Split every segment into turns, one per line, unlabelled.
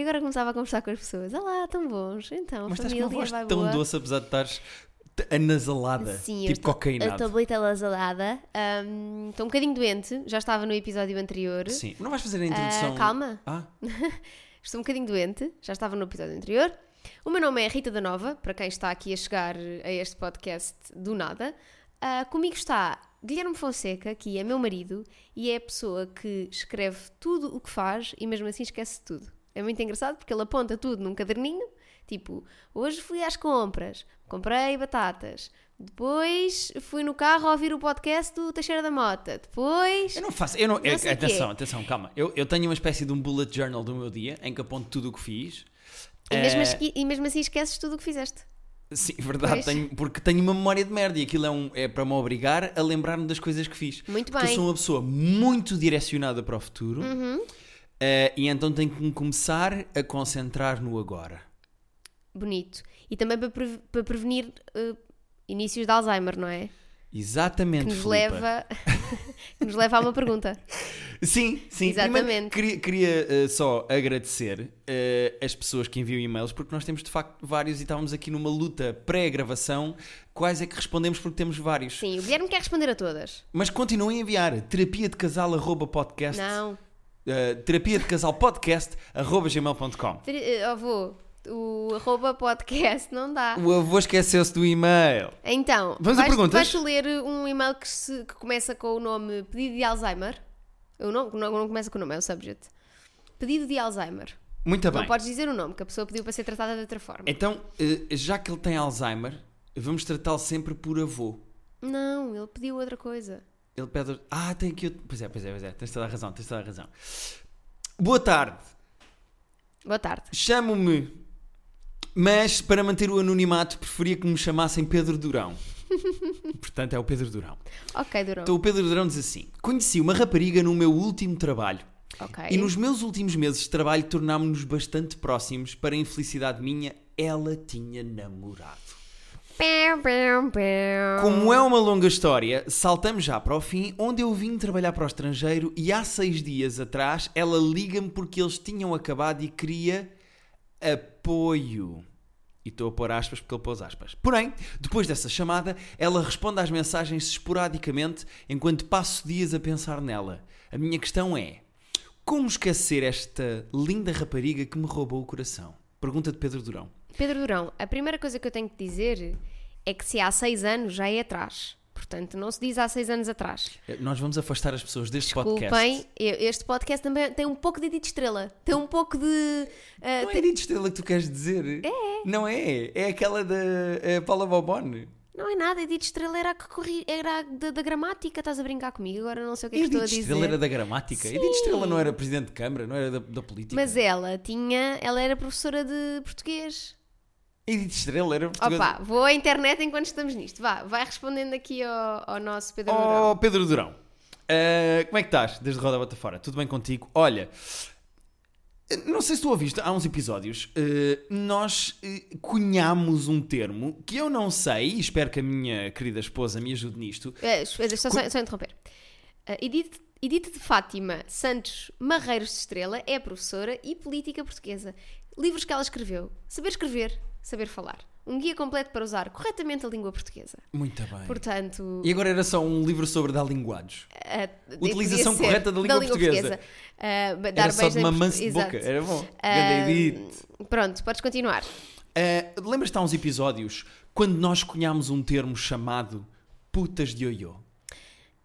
agora começava a conversar com as pessoas. Olá, tão bons. Então,
Mas estás com
família,
uma voz
vai
tão
boa.
doce, apesar de estares t- anasalada,
Sim, eu estou-
tipo
Eu estou
cocainado.
muito alasalada. Hum, Estou um bocadinho doente, já estava no episódio anterior.
Sim, não vais fazer a
Ah,
introdução.
calma,
Ah,
estou um bocadinho doente, já estava no episódio anterior. O meu nome é Rita da Nova, para quem está aqui a chegar a este podcast do nada. Ah, comigo está Guilherme Fonseca, que é meu marido e é a pessoa que escreve tudo o que faz e mesmo assim esquece de tudo. É muito engraçado porque ele aponta tudo num caderninho, tipo, hoje fui às compras, comprei batatas, depois fui no carro ouvir o podcast do Teixeira da Mota, depois...
eu não faço. Eu não, é,
Não sei o quê.
atenção, atenção, calma. Eu, eu tenho uma espécie de um bullet journal do meu dia em que aponto tudo o que fiz.
E mesmo,
Eh,
asqui- e mesmo assim esqueces tudo o que fizeste.
Sim, verdade,
Pois.
tenho- porque tenho uma memória de merda e aquilo é, um- é para me obrigar a lembrar-me das coisas que fiz.
Muito
Porque
bem. Uhum.
eu sou uma pessoa muito direcionada para o futuro eh, e então tenho que me começar a concentrar no agora.
Bonito. E também para, preve- para prevenir eh, inícios de Alzheimer, não é?
Exatamente.
Que nos
Filipa.
leva que nos leva a uma pergunta.
Sim, sim.
Exatamente.
Primeiro, queria queria, eh, só agradecer eh, as pessoas que enviam e-mails, porque nós temos de facto vários e estávamos aqui numa luta pré-gravação. Quais é que respondemos porque temos vários?
Sim, o Guilherme quer responder a todas.
Mas continuem a enviar terapia de casal podcast.
Não.
terapia de casal podcast arroba gmail.com.
Ter- eh, Avô, o arroba podcast não dá.
O avô esqueceu-se do e-mail.
Então,
Vamos a
vais,
perguntas?
vais ler um e-mail que, se- que começa com o nome pedido de Alzheimer. O nome, não, não começa com o nome, é o subject. Pedido de Alzheimer.
Muito
Não
bem.
podes dizer o nome, que a pessoa pediu para ser tratada de outra forma.
Então, eh, já que ele tem Alzheimer, vamos tratá-lo sempre por avô.
Não, ele pediu outra coisa.
Ele pede. Ah, tem aqui. outro- Pois é, pois é, pois é. Tens toda a razão, tens toda a razão. Boa tarde.
Boa tarde.
Chamo-me. Mas, para manter o anonimato, preferia que me chamassem Pedro Durão. Portanto, é o Pedro Durão.
Ok, Durão.
Então, o Pedro Durão diz assim: Conheci uma rapariga no meu último trabalho.
Ok.
E nos meus últimos meses de trabalho tornámos-nos bastante próximos. Para a infelicidade minha, ela tinha namorado.
Pau, pau, pau.
Como é uma longa história, saltamos já para o fim, onde eu vim trabalhar para o estrangeiro e há seis dias atrás ela liga-me porque eles tinham acabado e queria apoio. E estou a pôr aspas porque ele pôs aspas. Porém, depois dessa chamada, ela responde às mensagens esporadicamente enquanto passo dias a pensar nela. A minha questão é: como esquecer esta linda rapariga que me roubou o coração? Pergunta de Pedro Durão.
Pedro Durão, a primeira coisa que eu tenho que dizer é que se há seis anos já é atrás. Portanto, não se diz há seis anos atrás.
Eh, Nós vamos afastar as pessoas deste podcast.
Desculpem, eu- este podcast também tem um pouco de Edith Estrela. Tem um pouco de. ah,
Não é
tem-
Edith Estrela que tu queres dizer? É. Não é? É aquela da eh, Paula Bobone.
Não é nada, Edith Estrela era, a que corri... era a da, da gramática. Estás a brincar comigo, agora não sei o que é que
Edith
estou a dizer.
Estrela era da gramática.
Sim.
Edith Estrela não era presidente de Câmara, não era da, da política.
Mas é- ela tinha. Ela era professora de português.
Edith Estrela era portuguesa.
Opa, vou à internet enquanto estamos nisto. Vá, vai respondendo aqui ao, ao nosso Pedro Durão.
Oh, Pedro Durão. eh, como é que estás? Desde Roda Bota Fora. Tudo bem contigo? Olha, eh, não sei se tu ouviste, há uns episódios, eh, nós eh, cunhámos um termo que eu não sei, e espero que a minha querida esposa me ajude nisto,
Eh, Espera, só, só, só interromper. Eh, Edith, Edith de Fátima Santos Marreiros de Estrela é professora e política portuguesa. Livros que ela escreveu: Saber Escrever, Saber Falar. Um guia completo para usar corretamente a língua portuguesa.
Muito bem.
Portanto,
É. E agora era só um livro sobre dar linguados.
eh,
Utilização
podia ser
correta da língua portuguesa.
Eh, ba- dar
Era só
beijos
de
em
mamãe
portu-
de boca.
Exato.
Era bom.
Ah,
Ganda Edith.
pronto, podes continuar.
Ah, Lembras-te há uns episódios quando nós cunhámos um termo chamado putas de ioiô?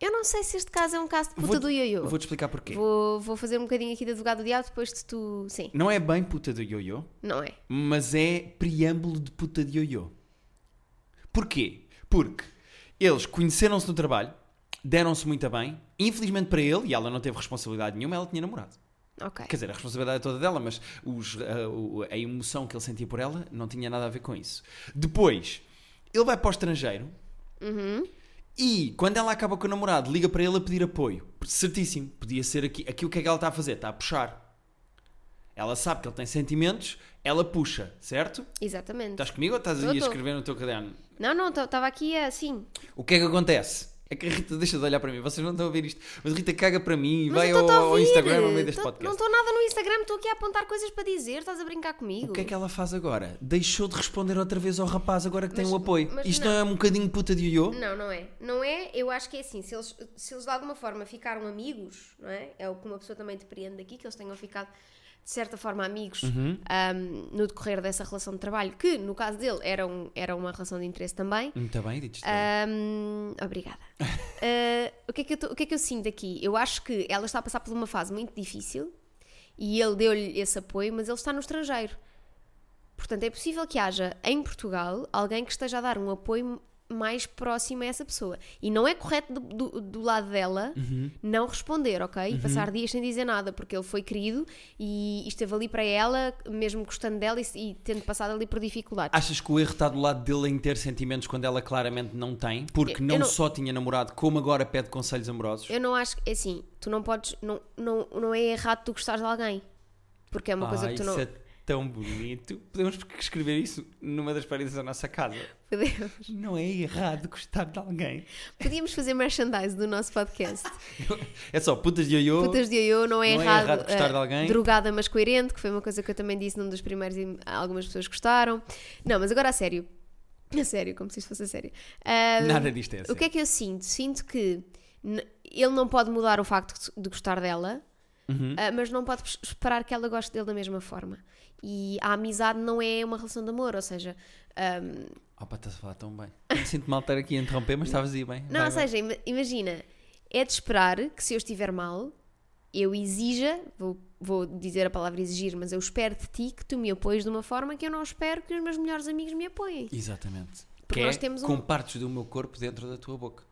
Eu não sei se este caso é um caso de puta
Vou-
do ioiô.
Vou-te explicar porquê.
Vou, vou fazer um bocadinho aqui de advogado do diabo depois de tu. Sim,
Não é bem puta de ioiô,
não é?
mas é preâmbulo de puta de ioiô. Porquê? Porque eles conheceram-se no trabalho, deram-se muito a bem, infelizmente para ele, e ela não teve responsabilidade nenhuma, ela tinha namorado.
Ok.
Quer dizer, a responsabilidade é toda dela, mas os, a, o- a emoção que ele sentia por ela não tinha nada a ver com isso. Depois, ele vai para o estrangeiro
Uhum.
e, quando ela acaba com o namorado, liga para ele a pedir apoio. Certíssimo, podia ser aqui. Aqui o que é que ela está a fazer? Está a puxar. Ela sabe que ele tem sentimentos, ela puxa, certo?
Exatamente.
Tá Estás comigo ou estás
Tô,
aí a
tô.
escrever no teu caderno?
Não, não, estava aqui assim.
O que é que acontece? É que a Rita deixa de olhar para mim, vocês não estão a ver isto. Mas a Rita caga para mim e
Mas
vai
eu
ao,
estou a
ao
ouvir.
Instagram ao meio deste
Tô-
podcast.
Não estou nada no Instagram, estou aqui a apontar coisas para dizer, estás a brincar comigo.
O que é que ela faz agora? Deixou de responder outra vez ao rapaz agora que tem
Mas-
o apoio.
mas
Isto
não.
não. é um bocadinho puta de ioiô?
Não, não é. Não é, eu acho que é assim, se eles, se eles de alguma forma ficaram amigos, não é? É o que uma pessoa também depreende daqui, que eles tenham ficado de certa forma amigos
Uhum.
ahm, no decorrer dessa relação de trabalho, que no caso dele era, um, era uma relação de interesse também.
Muito bem, dito isto.
Ah. Ahm, obrigada. Ah, o, que é que eu tô- o que é que eu sinto aqui? Eu acho que ela está a passar por uma fase muito difícil e ele deu-lhe esse apoio, mas ele está no estrangeiro. Portanto, é possível que haja em Portugal alguém que esteja a dar um apoio mais próximo a essa pessoa. E não é correto do, do- do lado dela não responder, ok? E passar dias sem dizer nada, porque ele foi querido e esteve ali para ela, mesmo gostando dela e, se- e tendo passado ali por dificuldades.
Achas que o erro está do lado dele em ter sentimentos quando ela claramente não tem? Porque
Eu- eu
não,
não-
só tinha namorado, como agora pede conselhos amorosos.
Eu não acho que, assim, tu não podes, não, não, não é errado tu gostares de alguém. Porque é uma coisa
Ah,
que tu
isso
não.
é tão bonito. Podemos escrever isso numa das paredes da nossa casa.
Podemos-
Não é errado gostar de alguém.
Podíamos fazer merchandise do nosso podcast.
É só putas de ioiô.
Putas de eu não é
Não é
errado.
errado gostar
ah,
de alguém.
Drogada, mas coerente, que foi uma coisa que eu também disse num dos primeiros e algumas pessoas gostaram. Não, mas agora a sério. A sério, como se isto fosse a sério. Ah,
Nada disto é
O que é que eu sinto? Sinto que n- ele não pode mudar o facto de gostar dela,
Uhum.
ah, mas não pode pes- esperar que ela goste dele da mesma forma. E a amizade não é uma relação de amor, ou seja, ahm,
Opa, estás a falar tão bem. Eu me sinto mal estar aqui a interromper, mas estavas aí bem.
não,
Vai,
ou
vai.
seja, ima- imagina, é de esperar que se eu estiver mal, eu exija, vou, vou dizer a palavra exigir, mas eu espero de ti que tu me apoies de uma forma que eu não espero que os meus melhores amigos me apoiem.
Exatamente.
Porque
que é
nós temos um-
com partes do meu corpo dentro da tua boca.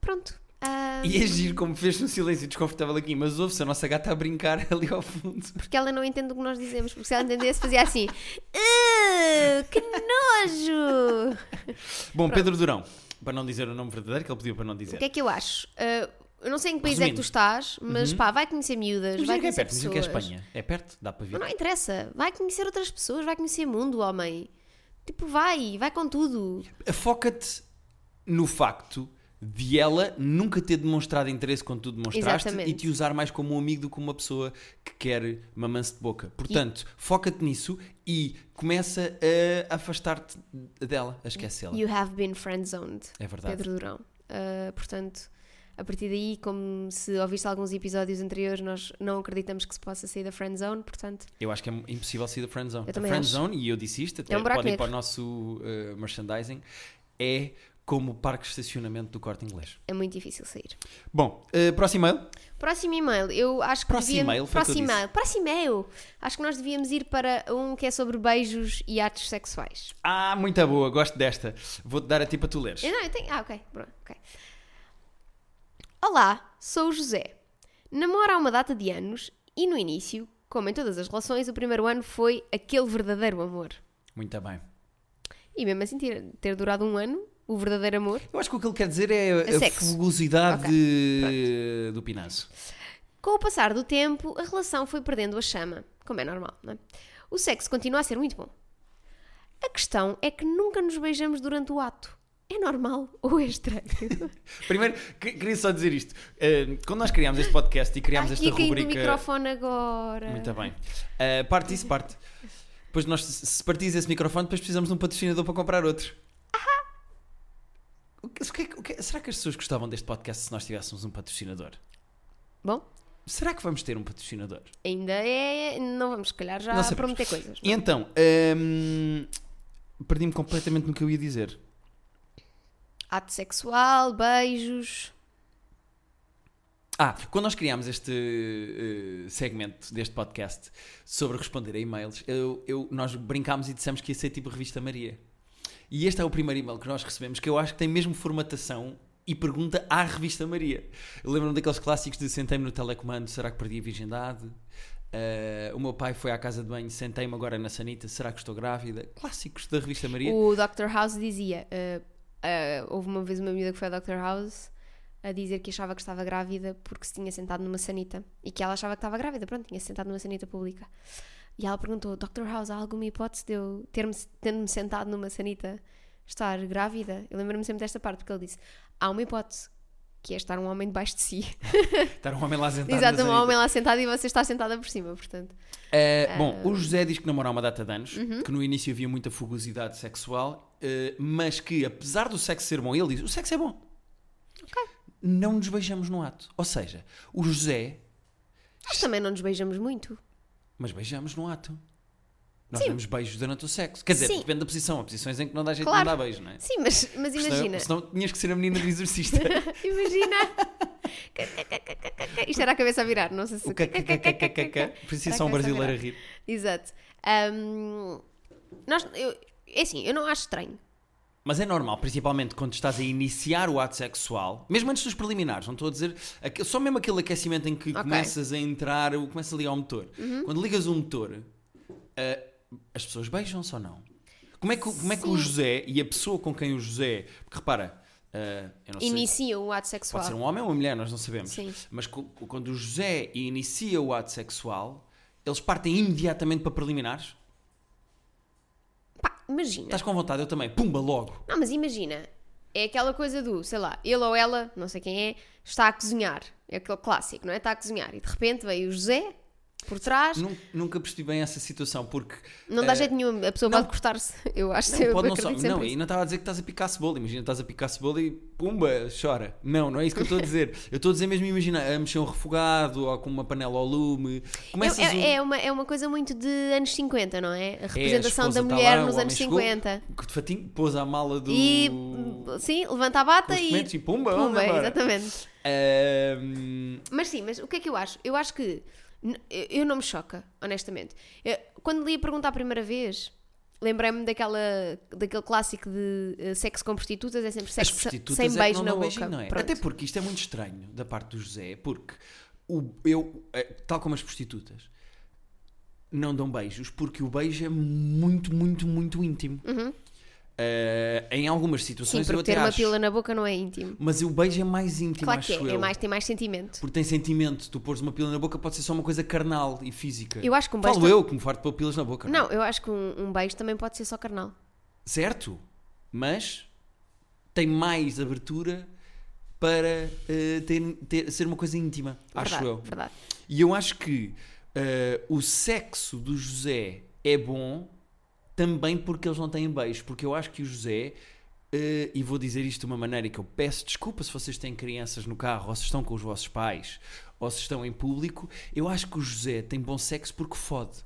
Pronto. Ah,
E é- agir como fez um silêncio desconfortável aqui, mas ouve-se a nossa gata a brincar ali ao fundo.
Porque ela não entende o que nós dizemos, porque se ela entendesse, fazia assim: "Ah, Que nojo!
Bom, Pedro Durão, para não dizer o nome verdadeiro que ele pediu para não dizer.
O que é que eu acho? Ah, eu não sei em que país é que
Resumindo. Uhum.
tu estás, mas pá, vai conhecer miúdas,
Mas
vai
é que é
conhecer
perto, dizem
pessoas.
que é Espanha. É perto, dá para
Mas
vir.
não interessa, vai conhecer outras pessoas, vai conhecer mundo, homem. Tipo, vai, vai com tudo.
Foca-te no facto de ela nunca ter demonstrado interesse quando tu demonstraste
Exatamente.
e te usar mais como um amigo do que uma pessoa que quer mamance de boca. Portanto, foca-te nisso e começa a afastar-te dela, a esquecê-la.
You have been friendzoned,
É verdade.
Pedro Durão. Ah, portanto, a partir daí, como se ouviste alguns episódios anteriores, nós não acreditamos que se possa sair da friendzone, portanto,
Eu acho que é impossível sair da friendzone.
Eu
a
também
friendzone, e eu disse isto, até
É um buraco
podem ir
negro.
para o nosso eh, merchandising, é como o parque de estacionamento do corte inglês.
é muito difícil sair.
Bom, eh, próximo e-mail.
Próximo e-mail, eu acho que
Próximo
devíamos-
e-mail, foi o que eu
próximo
disse.
e-mail, próximo e-mail. Acho que nós devíamos ir para um que é sobre beijos e atos sexuais.
Ah, muito boa, gosto desta. Vou-te dar a ti para tu leres.
Eu não, eu tenho. Ah, ok. Pronto, ok. Olá, sou o José. Namoro há uma data de anos e no início, como em todas as relações, o primeiro ano foi aquele verdadeiro amor.
Muito bem.
E mesmo assim ter, ter durado um ano, o verdadeiro amor,
Eu acho que o que ele quer dizer é a,
sexo.
fugosidade do pinanço.
Com o passar do tempo, a relação foi perdendo a chama, como é normal, não é? O sexo continua a ser muito bom. A questão é que nunca nos beijamos durante o ato. É normal ou é estranho?
Primeiro, que- queria só dizer isto. Eh, quando nós criámos este podcast e criámos
Aqui
esta
caindo o
rubrica.
microfone agora.
Muito bem. Eh, parte isso, parte. Depois nós, se se partires esse microfone, depois precisamos de um patrocinador para comprar outro. O que- o que- o que- será que as pessoas gostavam deste podcast se nós tivéssemos um patrocinador?
Bom,
Será que vamos ter um patrocinador?
ainda é. Não vamos, se calhar, já
Não sabemos.
prometer coisas.
E então, ehm, perdi-me completamente no que eu ia dizer.
Ato sexual, beijos.
Ah, quando nós criámos este eh, segmento deste podcast sobre responder a e-mails, eu- eu- nós brincámos e dissemos que ia ser tipo Revista Maria. E este é o primeiro e-mail que nós recebemos que eu acho que tem mesmo formatação e pergunta à Revista Maria. Eu lembro-me daqueles clássicos de sentei-me no telecomando, será que perdi a virgindade? Eh, o meu pai foi à casa de banho, sentei-me agora na sanita, será que estou grávida? Clássicos da Revista Maria.
O Dr. House dizia: ah, ah, houve uma vez uma miúda que foi ao Dr. House a dizer que achava que estava grávida porque se tinha sentado numa sanita e que ela achava que estava grávida, pronto, tinha se sentado numa sanita pública. E ela perguntou: Dr. House, há alguma hipótese de eu ter-me ter -me sentado numa sanita estar grávida. Eu lembro-me sempre desta parte, porque ele disse: há uma hipótese, que é estar um homem debaixo de si.
Estar um homem lá sentado.
Exato,
na
um
sanita.
homem lá sentado e você está sentada por cima, portanto.
Eh, bom, o José diz que namora há uma data de anos,
Uhum.
que no início havia muita fugosidade sexual, eh, mas que apesar do sexo ser bom, ele diz: o sexo é bom. Não nos beijamos no ato. Ou seja, o José,
Nós também não nos beijamos muito.
mas beijamos no ato. Nós
Sim.
damos beijos durante o sexo. Quer dizer,
Sim.
depende da posição. Há posições em que não dá jeito
Claro.
de não dar beijo, não é?
Sim, mas, mas imagina.
Senão, senão tinhas que ser a menina do exorcista.
Imagina. Isto era a cabeça a virar, não sei se.
o kkkkkk. Por isso é só
Era a cabeça a
um brasileiro a
virar.
rir.
Exato. Ahm, nós, eu, é assim, eu não acho estranho.
Mas é normal, principalmente quando estás a iniciar o ato sexual, mesmo antes dos preliminares, não estou a dizer, aque- só mesmo aquele aquecimento em que começas a entrar, o- começas a ligar o motor.
Uhum.
Quando ligas o motor, ah, as pessoas beijam-se ou não? Como é, que, o- como é que o
Sim.
José e a pessoa com quem o José. Porque repara, ah, eu não sei.
Iniciam o ato sexual.
Pode ser um homem ou uma mulher, nós não sabemos.
Sim.
Mas co- quando o José inicia o ato sexual, eles partem imediatamente para preliminares.
É.
um
Pá, imagina.
Estás com vontade, eu também. Pumba, logo.
Não, mas imagina. É aquela coisa do, sei lá, ele ou ela, não sei quem é, está a cozinhar. É aquele clássico, não é? Está a cozinhar e de repente veio o José por trás. Não,
Nun- Nunca percebi bem essa situação, porque.
dá
ah,
jeito nenhum. A pessoa
não.
pode cortar-se. Eu acho
Não,
sempre- Tipo, eu
pode não só.
acredito sempre
Não, e
nisso.
não estava a dizer que estás a picar cebola. Imagina, estás a picar cebola e pumba, chora. Não, não é isso que eu estou a dizer. Eu estou a dizer mesmo, imagina, a mexer um refogado ou com uma panela ao lume. Começas
É-
o-
é, é uma, é uma coisa muito de anos 50, não é? A
é, a
representação da
esposa tá
mulher
lá, o
nos
homem
anos
chegou,
50.
Que de fatinho pôs a mala do.
E hum,
dos
sim, levanta a bata e.
documentos e pumba, vamos
Pumba,
embora.
exatamente.
Ahm,
Mas sim, mas o que é que eu acho? Eu acho que. n- eu- Eu não me choca, honestamente. Eu- quando li a pergunta a primeira vez, lembrei-me daquela, daquele clássico de eh, sexo com prostitutas, é sempre
as
sexo se-
prostitutas
sem
é que
beijo
não
na
dão
boca.
beijinho, não é?
Pronto.
Até porque isto é muito estranho da parte do José, porque o, eu, eh, tal como as prostitutas, não dão beijos, porque o beijo é muito, muito, muito íntimo. Eh, em algumas
Uhum. Sim,
situações eu
porque
até
ter uma
acho,
pila na boca não é íntimo.
mas o beijo é mais íntimo,
Claro que
acho
é,
eu.
é mais, tem mais sentimento.
Porque tem sentimento, tu pôres uma pila na boca pode ser só uma coisa carnal e física.
Eu acho que um beijo
Falo
tam-
eu que me farto de pôr pilas na boca. é?
Não, eu acho que um, um beijo também pode ser só carnal.
certo, mas tem mais abertura para eh, ter, ter- ser uma coisa íntima, acho
É Verdade,
eu.
Verdade.
E eu acho que eh, o sexo do José é bom também porque eles não têm beijos, porque eu acho que o José. eh, e vou dizer isto de uma maneira que eu peço desculpa se vocês têm crianças no carro, ou se estão com os vossos pais, ou se estão em público. Eu acho que o José tem bom sexo porque fode,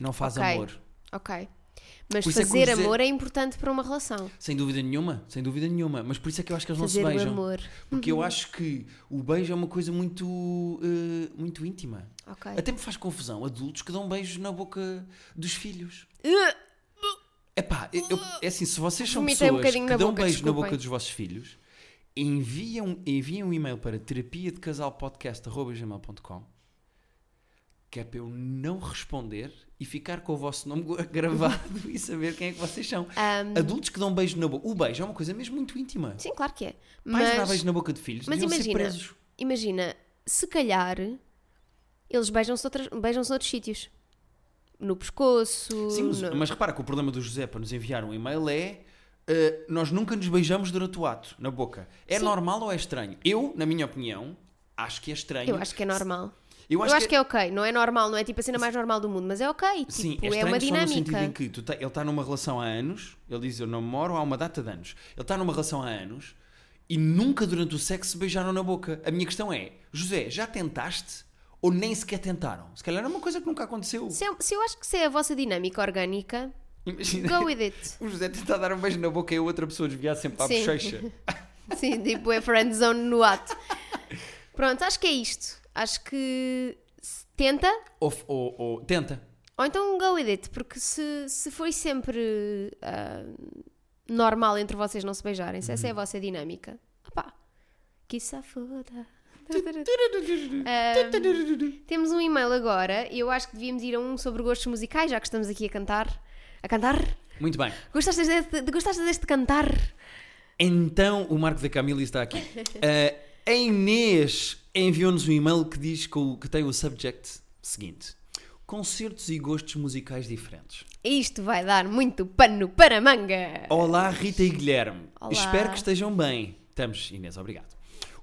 não faz
Ok.
amor.
Ok. Mas
Por isso é que o
fazer
José-
amor é importante para uma relação.
Sem dúvida nenhuma, sem dúvida nenhuma. Mas por isso é que eu acho que eles
fazer
não se
o
beijam.
amor. Uhum.
Porque eu acho que o beijo é uma coisa muito, eh, muito íntima.
Ok.
Até me faz confusão adultos que dão beijos na boca dos filhos.
Uh,
Epá, eu, eu- é assim, se vocês são
Vomitei um
pessoas
bocadinho
que
na
dão
boca,
beijo na
desculpem.
boca dos vossos filhos, enviam, enviem um e-mail para terapia de casal que é para eu não responder e ficar com o vosso nome gravado e saber quem é que vocês são.
um,
Adultos que dão beijo na boca. O beijo é uma coisa mesmo muito íntima.
Sim, claro que é.
Pais dar
Mas
beijo na boca de filhos
mas
deviam ser
imagina.
presos.
imagina, se calhar eles beijam-se outras- beijam-se noutros sítios. No pescoço.
Sim, mas,
no-
mas repara que o problema do José para nos enviar um e-mail é eh, nós nunca nos beijamos durante o ato, na boca. É
Sim.
normal ou é estranho? Eu, na minha opinião, acho que é estranho.
Eu acho que é normal.
Eu
Eu
acho que
é ok. Não é normal, não é tipo a cena mais normal do mundo, mas é ok. Tipo,
Sim, é
é,
estranho
uma
só no sentido em
dinâmica.
que tu te- ele está numa relação há anos, ele diz eu não moro há uma data de anos. Ele está numa relação há anos e nunca durante o sexo se beijaram na boca. A minha questão é, José, já tentaste ou nem sequer tentaram? Se calhar é uma coisa que nunca aconteceu.
Se, eu, se eu acho que se é a vossa dinâmica orgânica,
Imagina.
go with it.
O José tenta dar um beijo na boca e a outra pessoa desviar sempre para a
Sim.
bochecha.
Sim, tipo é friend zone no ato. Pronto, acho que é isto. Acho que se tenta,
Ou, ou- ou- tenta.
ou então go with it, porque se, se foi sempre ah, normal entre vocês não se beijarem, se essa é a vossa dinâmica, opá, que isso a foda. Ah, temos um e-mail agora e eu acho que devíamos ir a um sobre gostos musicais, já que estamos aqui a cantar. A cantar?
Muito bem.
Gostaste deste, de- gostaste deste cantar?
Então, o Marco da Camila está aqui. Eh, a Inês enviou-nos um e-mail que diz que, o- que tem o subject seguinte. concertos e gostos musicais diferentes.
Isto vai dar muito pano para manga.
Olá, Rita e Guilherme.
Olá.
Espero que estejam bem. Estamos, Inês, obrigado.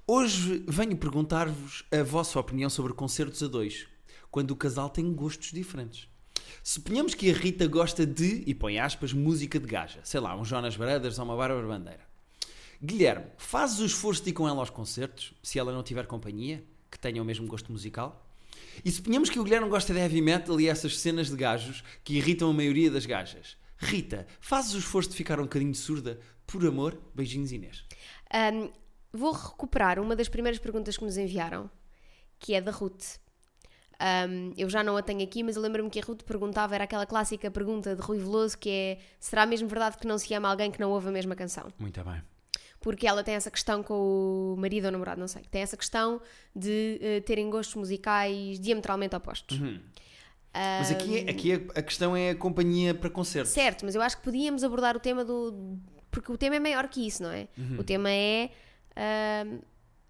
Hoje venho perguntar-vos a vossa opinião sobre concertos a dois, quando o casal tem gostos diferentes. Suponhamos que a Rita gosta de, e põe aspas, música de gaja. Sei lá, um Jonas Brothers ou uma Bárbara Bandeira. Guilherme, fazes o esforço de ir com ela aos concertos, se ela não tiver companhia, que tenha o mesmo gosto musical? E suponhamos que o Guilherme gosta de heavy metal e essas cenas de gajos que irritam a maioria das gajas. Rita, fazes o esforço de ficar um bocadinho surda? Por amor, beijinhos Inês.
Ahm, vou recuperar uma das primeiras perguntas que nos enviaram, que é da Ruth. Ahm, eu já não a tenho aqui, mas eu lembro-me que a Ruth perguntava, era aquela clássica pergunta de Rui Veloso, que é, será mesmo verdade que não se ama alguém que não ouve a mesma canção?
Muito bem.
porque ela tem essa questão com o marido ou namorado, não sei, tem essa questão de eh, terem gostos musicais diametralmente opostos.
Mas aqui, é- aqui é- a questão é a companhia para concertos.
Certo, mas eu acho que podíamos abordar o tema do. Porque o tema é maior que isso, não é? O tema é. ahm,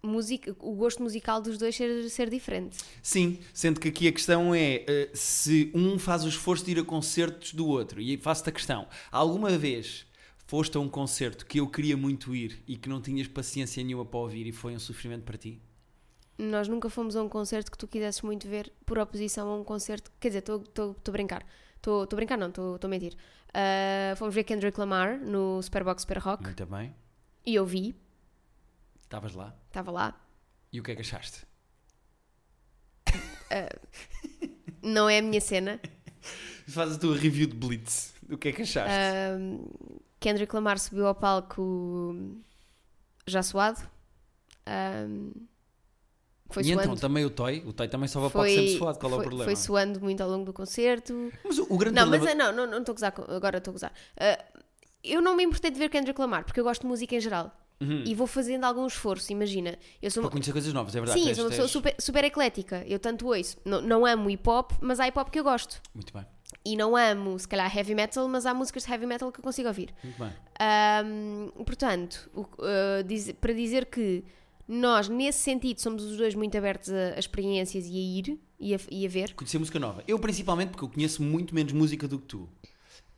música, o gosto musical dos dois ser, ser diferente.
Sim, sendo que aqui a questão é eh, se um faz o esforço de ir a concertos do outro. E faço-te a questão: alguma vez foste a um concerto que eu queria muito ir e que não tinhas paciência nenhuma para ouvir e foi um sofrimento para ti?
Nós nunca fomos a um concerto que tu quisesses muito ver por oposição a um concerto. Quer dizer, estou a brincar. Estou a brincar, não, estou a mentir. Ah, fomos ver Kendrick Lamar no Superbox Super Rock
Muito bem. Hum.
e eu vi,
Estavas lá.
estava lá,
E o que é que achaste?
não é a minha cena.
Faz a tua review de Blitz. O que é que achaste?
Ah, Ahm, Kendrick Lamar subiu ao palco já suado. Ahm, foi
e então,
suando.
também o Toy. O Toy também só vai para
foi,
sempre suado. Qual é o
foi-
problema?
foi suando muito ao longo do concerto.
Mas o, o grande
Não, mas
problema...
ah, não, não não estou a gozar, com- agora estou a gozar. Ah, eu não me importei de ver Kendrick Lamar, porque eu gosto de música em geral.
Uhum.
E vou fazendo algum esforço, imagina. Eu sou uma,
Para conhecer coisas novas, é verdade.
sim, eu
Tens-
sou uma
tens-
pessoa super, super eclética. Eu tanto ouço. Não, não amo hip hop, mas há hip hop que eu gosto.
Muito bem.
E não amo, se calhar, heavy metal, mas há músicas de heavy metal que eu consigo ouvir.
Muito bem.
Ahm, portanto, o- ah, diz- para dizer que nós, nesse sentido, somos os dois muito abertos a, a experiências e a ir e a, e a ver.
Conhecer música nova. Eu principalmente porque eu conheço muito menos música do que tu.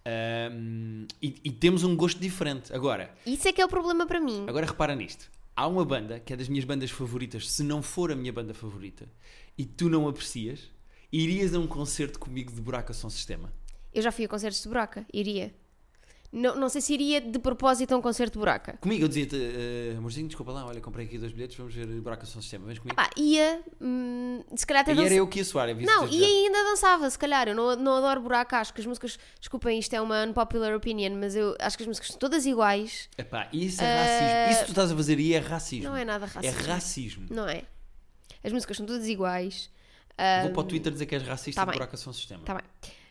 Ahm, e, e temos um gosto diferente. Agora,
Isso é que é o problema para mim.
agora repara nisto. Há uma banda que é das minhas bandas favoritas, se não for a minha banda favorita, e tu não aprecias, irias a um concerto comigo de buraco a som sistema.
Eu já fui a concertos de buraca, iria. Não, não sei se iria de propósito a um concerto de buraca.
Comigo eu dizia-te, "Ah, amorzinho, desculpa lá, olha, comprei aqui dois bilhetes, vamos ver buraco a som sistema, vens comigo.
Pá, ia, hum, se calhar até
e era
dançava.
eu que ia soar, havia
Não,
certeza
e
já.
ainda dançava, se calhar. Eu não, não adoro buraca, acho que as músicas. Desculpem, isto é uma unpopular opinion, mas eu acho que as músicas são todas iguais.
Epá, isso é racismo. Isso que tu estás a fazer aí é racismo.
Eh, Não é nada racismo.
É racismo.
Não é? As músicas são todas iguais.
Vou para o Twitter dizer que és
Eh, tá
racista de
bem.
buraco a som sistema.
Tá bem.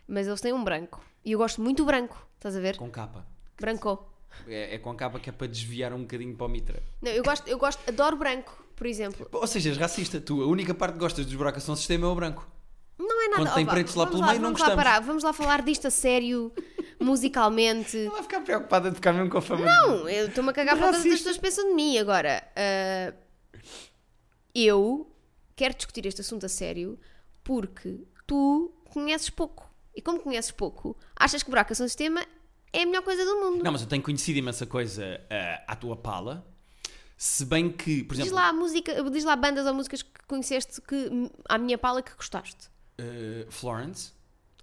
Mas eles têm um branco. E eu gosto muito do branco. Estás a ver?
Com capa.
Branco.
É, é com capa que é para desviar um bocadinho para o mitra.
Não, eu gosto, eu gosto, adoro branco, por exemplo.
Ou seja, és racista. Tu, a única parte que gostas dos buracos são sistema é o branco.
Não é nada.
Quando tem
vá,
pretos lá
vamos
pelo meio, não
vamos
gostamos.
Lá parar. Vamos lá falar disto a sério, musicalmente.
Ela vai ficar preocupada de ficar mesmo com a fama.
Não, eu estou-me a cagar para todas as
Racista.
pessoas que pensam de mim agora. ah, eu quero discutir este assunto a sério porque tu conheces pouco. E como conheces pouco, achas que buraco é um sistema é a melhor coisa do mundo.
Não, mas eu tenho conhecido imensa coisa ah, à tua pala. Se bem que, por
Diz
exemplo,
lá, a música, diz lá bandas ou músicas que conheceste que, à minha pala que gostaste.
ah, Florence,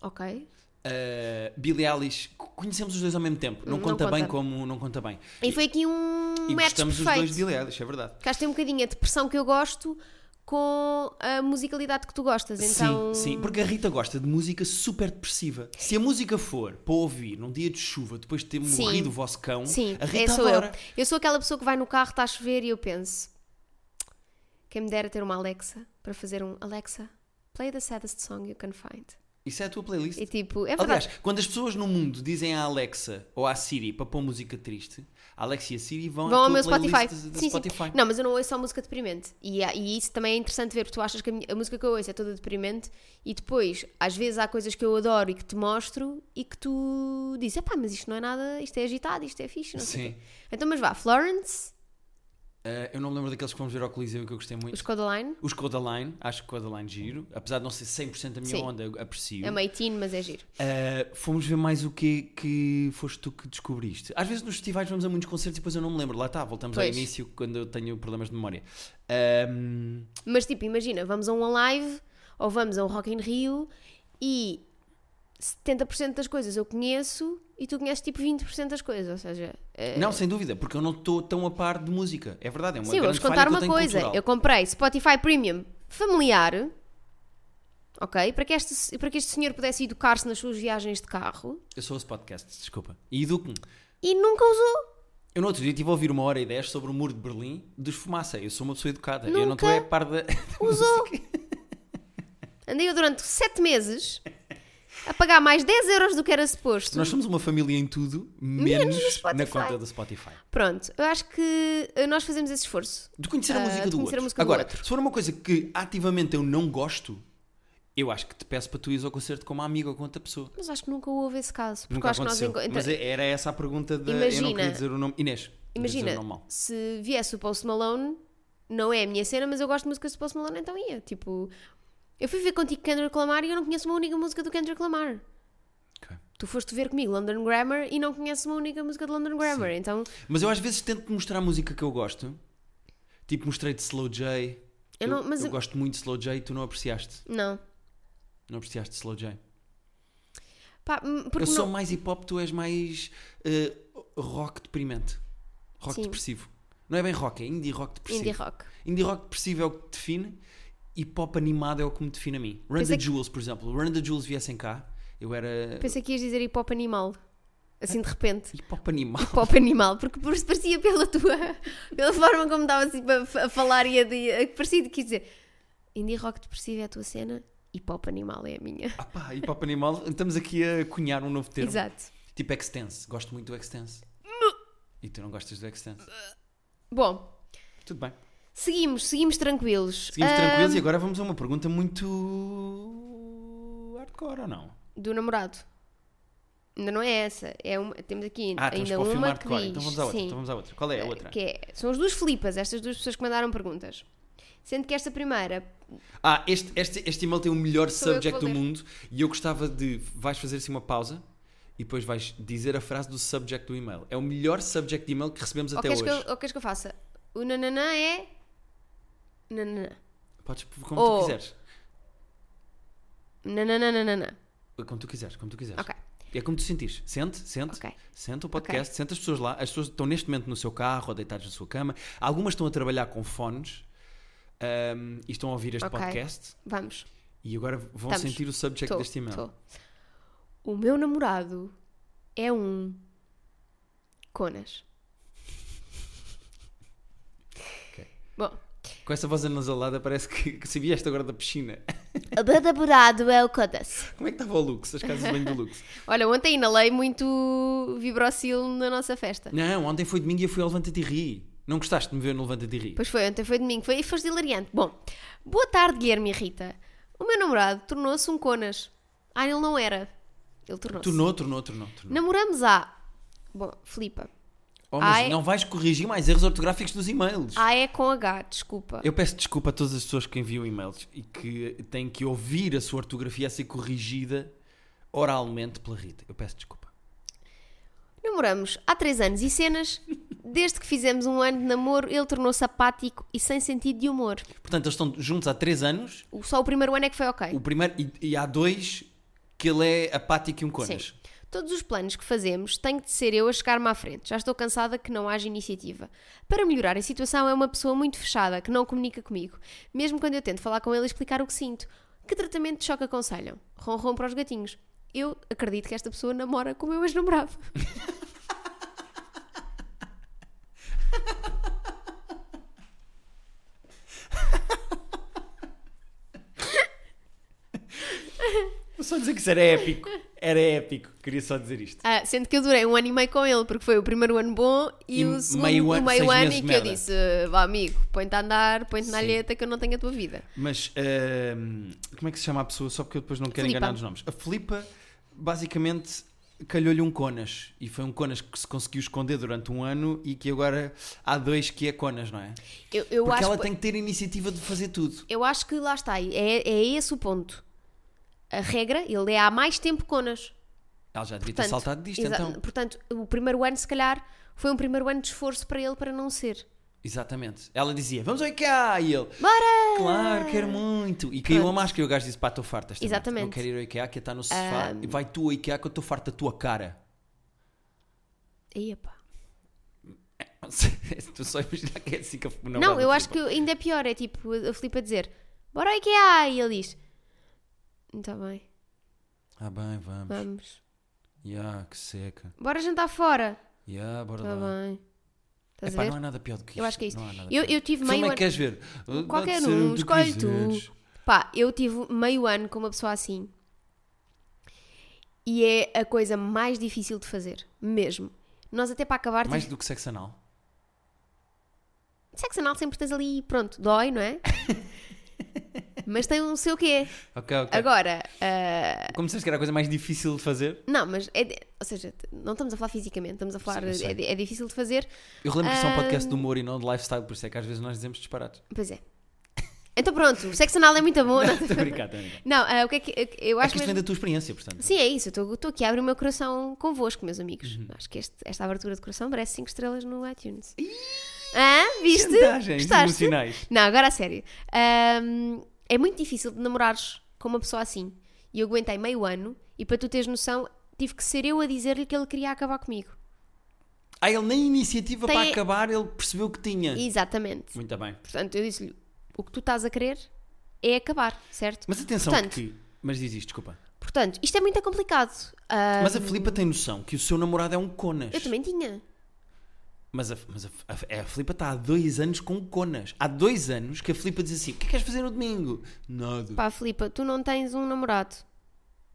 Ok.
ah, Billie Eilish, co- conhecemos os dois ao mesmo tempo. Não,
Não
conta, bem
conta.
como não conta bem.
E foi aqui um
E
match
gostamos os dois de
perfeito.
Billie Eilish, é verdade.
Ficaste tem um bocadinho a depressão que eu gosto com a musicalidade que tu gostas. Então,
Sim, sim, porque a Rita gosta de música super depressiva. Se a música for para ouvir num dia de chuva, depois de ter
Sim.
morrido o vosso cão,
Sim,
a
é,
Rita
sou
adora.
eu. Eu sou aquela pessoa que vai no carro, está a chover e eu penso: quem me dera ter uma Alexa para fazer um Alexa, play the saddest song you can find.
Isso é a tua playlist.
E tipo, é verdade.
Aliás, quando as pessoas no mundo dizem à Alexa ou à Siri para pôr música triste, a Alexa e a Siri vão,
Vão
à
ao
tua
meu
é playlist
Spotify.
de- de
Sim, sim.
Spotify.
Não, mas eu não ouço só música deprimente. E, há- e isso também é interessante ver, porque tu achas que a, minha- a música que eu ouço é toda deprimente e depois, às vezes, há coisas que eu adoro e que te mostro e que tu dizes: pá, mas isto não é nada, isto é agitado, isto é fixe, não sei. o
Sim.
quê." Então, mas vá, Florence,
Ah, eu não me lembro daqueles que fomos ver ao Coliseu que eu gostei muito.
Os Codaline
Os Codaline, acho que Codaline giro. Apesar de não ser 100% a minha
Sim.
onda, eu aprecio.
é meio teen, mas é giro.
Uh, fomos ver mais o que que foste tu que descobriste. Às vezes nos festivais vamos a muitos concertos e depois eu não me lembro. Lá está, voltamos ao
Pois.
início quando eu tenho problemas de memória. Um,
Mas tipo, imagina, vamos a um live ou vamos a um Rock in Rio e 70% das coisas eu conheço e tu conheces tipo 20% das coisas, ou seja, é-
Não, sem dúvida, porque eu não estou tão a par de música. É verdade, é uma
Sim, vou-vos
grande
contar
falha que eu
uma
tenho
coisa.
cultural.
Eu comprei Spotify Premium familiar, ok? Para que este, para que este senhor pudesse educar-se nas suas viagens de carro
Eu sou os podcasts, desculpa. E educo-me.
e nunca usou.
Eu no outro dia estive a ouvir uma hora e dez sobre o muro de Berlim de esfumaça. Eu sou uma pessoa educada. Eu não
Nunca
estou é a par da.
Usou. Andei eu durante sete meses a pagar mais 10 euros do que era suposto.
Nós somos uma família em tudo,
Menos
menos,
no
na
Spotify.
conta do Spotify.
Pronto, eu acho que eh, nós fazemos esse esforço.
De conhecer a
Ah,
música
de
do
conhecer a
outro.
música do
Agora,
outro.
se for uma coisa que ativamente eu não gosto, eu acho que te peço para tu ires ao concerto com uma amiga ou com outra pessoa.
Mas acho que nunca houve esse caso. Porque
Nunca
eu acho
aconteceu.
que nós enco-
Mas
então,
era essa a pergunta da. Eu não
Imagina.
queria dizer o nome. Inês. não queria dizer o
Imagina,
nome mal.
se viesse o Post Malone, não é a minha cena, mas eu gosto de músicas do Post Malone, então ia. Tipo, eu fui ver contigo Kendrick Lamar e eu não conheço uma única música do Kendrick Lamar.
Ok.
Tu foste ver comigo London Grammar e não conheces uma única música de London Grammar, então
Mas eu às vezes tento mostrar a música que eu gosto. Tipo, mostrei-te Slow J.
eu não. Mas
eu gosto muito de Slow J e tu não apreciaste.
não.
Não apreciaste Slow J.
Pá, hum,
Eu
porque
sou
não-
mais hip hop, tu és mais eh, rock deprimente. Rock
Sim.
depressivo. Não é bem rock, é indie rock depressivo.
indie rock.
Indie rock depressivo é o que te define e pop animado é o que me define a mim. Run
Pensei
the
que-
Jewels, por exemplo. Run the Jewels viessem cá, eu era
Pensei que ias dizer hip hop animal. Assim de repente.
hip hop animal.
Pop animal, porque por- parecia pela tua. pela forma como estava assim a, f- a falar e a, de- a- parecia que quis dizer indie rock depressivo é a tua cena e pop animal é a minha.
Ah pá, hip hop animal. Estamos aqui a cunhar um novo termo.
Exato.
Tipo Extense. Gosto muito do Extense. E tu não gostas do Extense.
Bom,
Tudo bem.
seguimos, seguimos tranquilos.
Seguimos
Ahm,
tranquilos e agora vamos a uma pergunta muito hardcore ou não?
Do namorado. Ainda não é essa. É uma, temos aqui
Ah, estamos
ainda
para o filme
uma que
hardcore.
diz.
Então vamos à outra.
sim,
Então vamos à outra. Qual é a outra?
que é- são as duas flipas, estas duas pessoas que mandaram perguntas. Sendo que esta primeira
Ah, este, este, este e-mail tem o melhor
Sou eu que
subject do
vou ler.
mundo e eu gostava de. Vais fazer assim uma pausa e depois vais dizer a frase do subject do e-mail. É o melhor subject de e-mail que recebemos
Ou
até
queres,
hoje.
que eu, ou queres que eu faça? O nananã é. Nananã.
Podes pôr como
Oh.
tu quiseres.
Nananã, nananã.
Como tu quiseres, como tu quiseres.
Ok.
É como tu sentires. Sente, sente,
Ok.
sente o podcast, sente as pessoas lá. As pessoas estão neste momento no seu carro ou deitadas na sua cama. Algumas estão a trabalhar com fones ahm, e estão a ouvir este
Ok.
podcast
Vamos.
e agora vão
Estamos.
sentir o subject
Tô,
deste e-mail.
tô. O meu namorado é um. Conas.
Ok.
Bom.
Com essa voz anasalada parece que, que se vieste agora da piscina.
O meu namorado é o Conas.
Como é que estava o Lux? As casas de banho do Lux?
Olha, ontem inalei muito Vibrocil na nossa festa.
Não, ontem foi domingo e eu fui ao Levanta-te e Ri. Não gostaste de me ver no Levanta-te e Ri?
Pois foi, ontem foi domingo. Foi, foi hilariante. Bom, boa tarde, Guilherme e Rita. O meu namorado tornou-se um conas. Ah, ele não era. Ele tornou-se.
Tornou, tornou, tornou. tornou.
Namoramos há. Bom, Flipa.
Oh, mas
Ai.
não vais corrigir mais erros ortográficos dos e-mails.
A é com H, desculpa.
Eu peço desculpa a todas as pessoas que enviam e-mails e que têm que ouvir a sua ortografia a ser corrigida oralmente pela Rita. Eu peço desculpa.
Namoramos há 3 anos e cenas. Desde que fizemos um ano de namoro, ele tornou-se apático e sem sentido de humor.
Portanto, eles estão juntos há 3 anos.
O- Só o primeiro ano é que foi ok.
O primeiro, e, e há dois que ele é apático e um conas.
Sim. Todos os planos que fazemos têm de ser eu a chegar-me à frente. Já estou cansada que não haja iniciativa. Para melhorar a situação, é uma pessoa muito fechada, que não comunica comigo, mesmo quando eu tento falar com ele e explicar o que sinto. Que tratamento de choque aconselham? Ronron para os gatinhos. Eu acredito que esta pessoa namora com o meu ex-namorado.
Vou só dizer que isso era épico. Era épico. Queria só dizer isto.
Ah, sendo que eu durei um ano e meio com ele, porque foi o primeiro ano bom e,
E
o segundo
meio
meio
ano-
ano,
seis
meio ano
meses
em
de
que eu
merda.
disse: "Ah, vá amigo, põe-te a andar, põe-te na
Sim.
alheta que eu não tenho a tua vida.
Mas ehm, hum, como é que se chama a pessoa? Só porque eu depois não quero
Filipa.
enganar nos nomes. A Filipa, basicamente, calhou-lhe um conas. E foi um conas que se conseguiu esconder durante um ano e que agora há dois que é conas, não é?
Eu, eu
Porque
acho
ela
que-
tem que ter iniciativa de fazer tudo.
Eu acho que lá está, é, é esse o ponto. A regra, ele é há mais tempo conas.
Ela já devia ter
Portanto,
saltado disto,
exa-
então.
Portanto, o primeiro ano, se calhar, foi um primeiro ano de esforço para ele para não ser.
Exatamente. Ela dizia, vamos ao IKEA! E ele,
Bora!
claro, quero muito! E caiu
Pronto.
a máscara e o gajo disse, pá, estou farta. esta merda.
Exatamente.
Não quero ir ao IKEA, que está no sofá. E Vai tu ao IKEA que eu estou farta da tua cara.
Aí, epá.
tu só imaginar que é assim que a
Não, eu acho que ainda é pior, é tipo a a Filipe a dizer Bora ao IKEA! E ele diz Está bem,
Ah, bem, vamos.
vamos.
Ya, que seca.
Bora jantar fora.
Ya, bora
Está
lá.
bem. Estás
Tá Epá,
Tá a ver?
não há nada pior do que isto.
Eu acho que é isso.
Não há nada
Eu,
pior.
eu tive
Que
meio
filme é
ano.
que queres ver? Pode
Qualquer
ser o
um,
que
escolhe
quiseres.
tu. Pá, eu tive meio ano com uma pessoa assim. E é a coisa mais difícil de fazer. Mesmo. Nós até para acabar. tipo,
Mais
Tive...
do que sexo anal.
Sexo anal sempre tens ali, pronto, dói, não é? mas tem um seu quê.
Ok, ok.
Agora. ah,
Como disseste que era a coisa mais difícil de fazer,
Não, mas é. de- Ou seja, t- não estamos a falar fisicamente, estamos a falar.
Sim, eu sei.
é, de- é difícil de fazer.
eu relembro que isto é um
Ah.
podcast de humor e não de lifestyle, por isso é que às vezes nós dizemos disparados.
Pois é. Então pronto, o sexo anal é muito bom. Não,
Estou a brincar, estou a brincar.
não ah, o que é que. Eu
É
acho
que isto
mesmo-
vem da tua experiência, portanto.
Sim, é isso. Eu estou aqui a abrir o meu coração convosco, meus amigos.
Uhum.
Acho que este- esta abertura de coração merece 5 estrelas no iTunes. Hã? Viste?
Chantagens
Gostaste?
emocionais.
Não, agora a sério. Ahm, é muito difícil de namorares com uma pessoa assim. E eu aguentei meio ano e para tu teres noção, tive que ser eu a dizer-lhe que ele queria acabar comigo.
Ah, ele nem iniciativa
Tem-
para acabar, ele percebeu que tinha.
Exatamente.
Muito bem.
Portanto, eu disse-lhe, o que tu estás a querer é acabar, certo?
Mas atenção
Portanto-
que... Mas diz isto, desculpa.
Portanto, isto é muito complicado. Ah,
Mas a Filipa tem noção que o seu namorado é um conas.
eu também tinha.
Mas, a, mas a, é, a, a Filipa está há dois anos com conas. Há dois anos que a Filipa diz assim, o que é que queres fazer no domingo? Nada.
Pá, Filipa, tu não tens um namorado.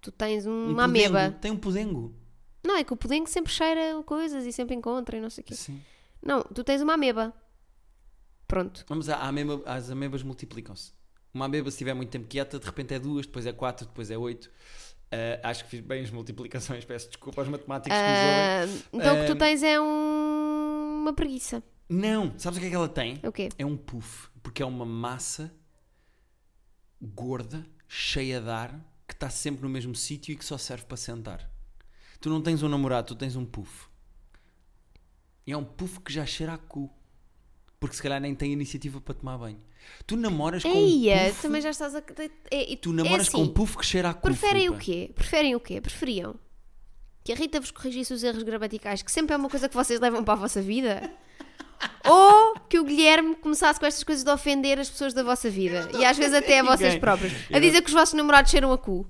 Tu tens um,
Um
uma
pudengo.
ameba.
Tem um pudengo.
Não, é que o pudim que sempre cheira coisas e sempre encontra e não sei o quê.
Sim.
Não, tu tens uma ameba. Pronto.
Vamos à, à ameba, as amebas multiplicam-se. Uma ameba, se estiver muito tempo quieta, de repente é duas, depois é quatro, depois é oito. Ah, acho que fiz bem as multiplicações, peço desculpa aos matemáticos que nos ouvem.
Ah, então o que tu
Ahm.
tens é um- uma preguiça.
Não, sabes o que é que ela tem?
É o quê?
É um puff, porque é uma massa gorda, cheia de ar, que está sempre no mesmo sítio e que só serve para sentar. Tu não tens um namorado, tu tens um puff. E é um puff que já cheira a cu. Porque se calhar nem tem iniciativa para tomar banho. Tu namoras com um
Eia,
puff,
também já estás a. É, e-
tu
é
namoras com
assim,
um puff que cheira a cu.
Preferem o
Filipa.
quê? Preferem o quê? Preferiam que a Rita vos corrigisse os erros gramaticais, que sempre é uma coisa que vocês levam para a vossa vida? Ou que o Guilherme começasse com estas coisas de ofender as pessoas da vossa vida e às vezes até a
ninguém.
vocês próprios, a
Eu-
dizer que os vossos namorados cheiram a cu?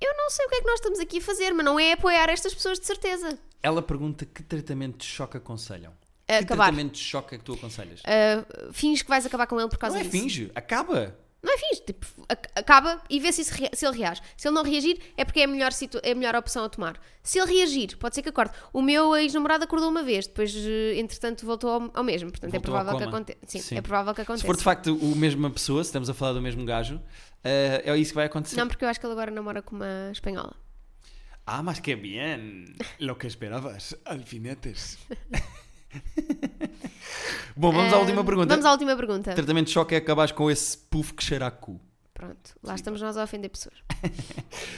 Eu não sei o que é que nós estamos aqui a fazer, mas não é apoiar estas pessoas de certeza.
Ela pergunta que tratamento de choque aconselham. Que
Acabar.
tratamento de choque é que tu aconselhas?
Ah, finge que vais acabar com ele por causa
não é
disso.
finge, acaba.
Não é finge, tipo, ac- acaba e vê se, isso rea- se ele reage. Se ele não reagir, é porque é a melhor, situ- é a melhor opção a tomar. Se ele reagir, pode ser que acorde. O meu ex-namorado acordou uma vez, depois, eh, entretanto, voltou ao, ao mesmo. Portanto, é
Voltou ao
provável, que
coma.
aconte... Sim,
Sim.
é provável que
Se
aconteça.
for de facto o mesma pessoa, se estamos a falar do mesmo gajo, eh, é isso que vai acontecer.
Não, porque eu acho que ele agora namora com uma espanhola.
Ah, mas que bien! Lo que esperabas, alfinetes. Bom, vamos à
Ah,
última pergunta.
Vamos à última pergunta.
Tratamento de choque é acabares com esse puff que cheira a cu.
Pronto, lá estamos nós a ofender pessoas.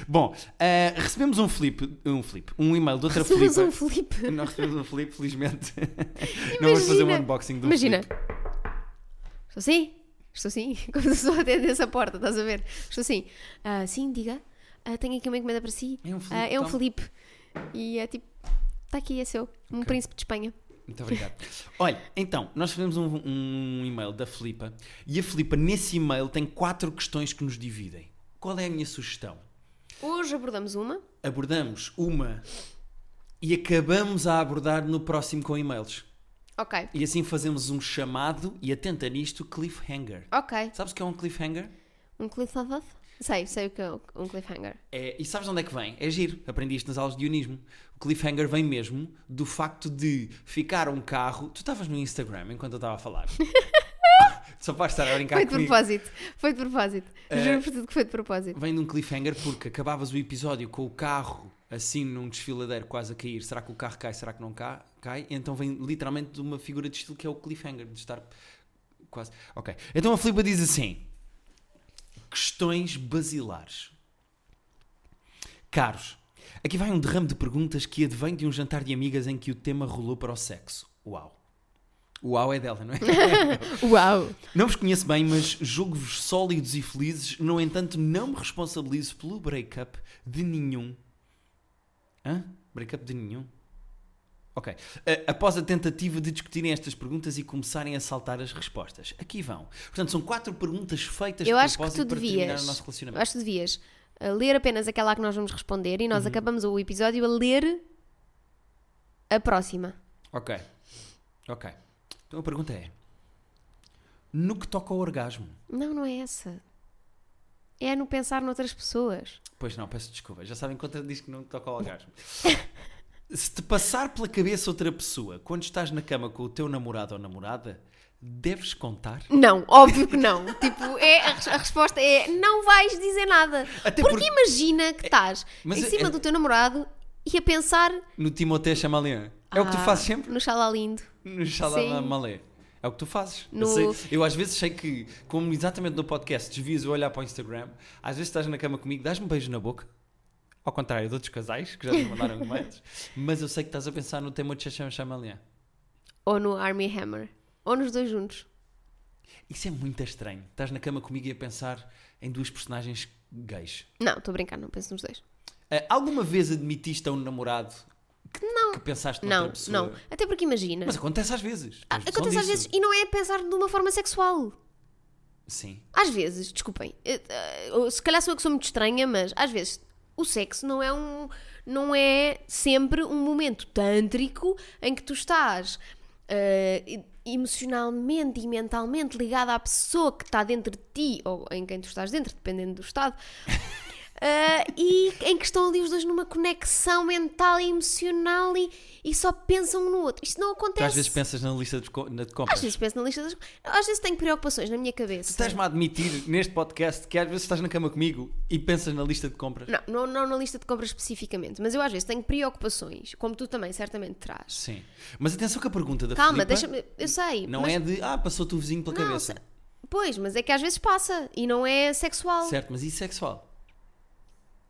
Bom, eh, recebemos um flip, um flip, um e-mail de outra
Recebemos um
flipa.
Felipe.
Nós recebemos um flip, felizmente. Não vamos fazer um
Imagina.
unboxing do
Imagina.
flip.
Estou sim? Estou sim? Como se estou a atender essa porta, estás a ver? Estou sim. Ah, sim, diga. Ah, tenho aqui uma encomenda para si.
É um Filipe,
Ah, é um
toma.
Felipe. E é tipo, está aqui, é seu. Um
Ok.
príncipe de Espanha.
Muito obrigado. Olha, então, nós fizemos um, um e-mail da Filipa e a Filipa, nesse e-mail, tem quatro questões que nos dividem. Qual é a minha sugestão?
Hoje abordamos uma.
Abordamos uma e acabamos a abordar no próximo com e-mails.
Ok.
E assim fazemos um chamado e atenta nisto cliffhanger.
Ok.
Sabes o que é um cliffhanger?
Um cliffhanger? Sei, sei o que é um cliffhanger.
É- e sabes de onde é que vem? É giro. Aprendi isto nas aulas de guionismo. O cliffhanger vem mesmo do facto de ficar um carro. Tu estavas no Instagram enquanto eu estava a falar. Só para estar a brincar
Foi de
comigo.
propósito. Foi de propósito.
Eh,
Juro por tudo que foi de propósito.
Vem de um cliffhanger porque acabavas o episódio com o carro assim num desfiladeiro quase a cair, será que o carro cai, será que não cai? cai? Então vem literalmente de uma figura de estilo que é o cliffhanger, de estar quase... Ok, então a Filipa diz assim, questões basilares. Caros, aqui vai um derrame de perguntas que advém de um jantar de amigas em que o tema rolou para o sexo. Uau. Uau é dela, não é?
Uau!
Não vos conheço bem, mas julgo-vos sólidos e felizes. No entanto, não me responsabilizo pelo break-up de nenhum. Hã? Break-up de nenhum? Ok. Eh, após a tentativa de discutirem estas perguntas e começarem a saltar as respostas. Aqui vão. Portanto, são quatro perguntas feitas
Eu
de
acho que
propósito
tu
para terminar o
devias.
nosso
Eu
relacionamento.
acho que tu devias uh, ler apenas aquela que nós vamos responder e nós
Uhum.
acabamos o episódio a ler a próxima.
Ok. Ok. Então a pergunta é: No que toca ao orgasmo?
Não, não é essa. É no pensar noutras pessoas.
Pois não, peço desculpa. Já sabem quando diz que não te toca ao orgasmo. Se te passar pela cabeça outra pessoa quando estás na cama com o teu namorado ou namorada, deves contar?
Não, óbvio que não. tipo, é, a, res- a resposta é não vais dizer nada.
Até
porque,
porque-
imagina que estás
mas
em
é-
cima
é-
do teu namorado e a pensar.
No Timothée Chamalian. É o que tu
"Ah,
fazes sempre?
No xalá lindo.
No Chalamalé. É o que tu fazes.
No-
Eu, sei- eu às vezes sei que, como exatamente no podcast, desvias o olhar para o Instagram, às vezes estás na cama comigo, dás-me um beijo na boca. Ao contrário de outros casais que já me mandaram e-mails, mas eu sei que estás a pensar no tema de Chamalian.
Ou no Army Hammer. Ou nos dois juntos.
Isso é muito estranho. Estás na cama comigo e a pensar em duas personagens gays.
Não, estou a brincar, não penso nos dois.
Ah, alguma vez admitiste a um namorado que, não. que pensaste noutra
Não,
pessoa?
não. Até porque imagina.
Mas acontece às vezes.
Ah,
Tens noção
Acontece às
disso?
vezes e não é pensar de uma forma sexual.
Sim.
Às vezes, desculpem, eh, eh, eu- se calhar sou eu que sou muito estranha, mas às vezes o sexo não é um não é sempre um momento tântrico em que tu estás eh, e- emocionalmente e mentalmente ligado à pessoa que está dentro de ti ou em quem tu estás dentro, dependendo do estado. eh, e em que estão ali os dois numa conexão mental e emocional e, e só pensam um no outro. Isto não
Tu
acontece.
às vezes pensas na lista de, co- na de
Às
compras.
vezes penso na lista das. Às vezes tenho preocupações na minha cabeça.
Estás-me a admitir neste podcast que às vezes estás na cama comigo e pensas na lista de compras?
Não, não, não na lista de compras especificamente, mas eu às vezes tenho preocupações, como tu também certamente traz.
Sim. Mas atenção que a pergunta da
Calma,
Filipa
deixa-me. Eu sei.
não
mas-
é de ah, passou-te o vizinho pela
Não,
cabeça.
se- Pois, mas é que às vezes passa e não é sexual.
Certo, mas e sexual?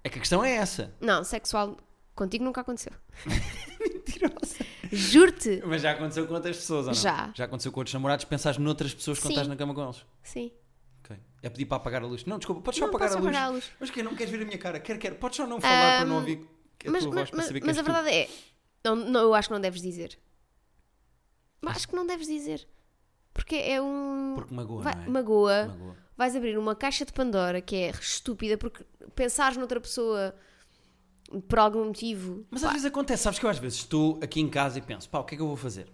É que a questão é essa.
Não, sexual contigo nunca aconteceu. Mentirosa. Juro-te.
Mas já aconteceu com outras pessoas, ou não?
Já.
Já aconteceu com outros namorados, pensares noutras pessoas quando
Sim.
estás na cama com eles.
Sim.
Ok. É pedir para apagar a luz. Não, desculpa, podes só
Não,
apagar,
posso
a luz.
apagar a luz.
Mas que não queres ver a minha cara? Quero, quero. Podes só não falar para não
Ahm,
ouvir a
Mas,
tua
mas,
voz para
mas-
saber que
mas
és
a
tu.
verdade é. Não, não, eu acho que não deves dizer. Mas acho que não deves dizer. Porque é um.
Porque magoa,
Vai-
não é?
magoa.
Magoa.
vais abrir uma caixa de Pandora que é estúpida porque pensares noutra pessoa por algum motivo.
Mas às vezes acontece, sabes que eu às vezes estou aqui em casa e penso, pá, o que é que eu vou fazer?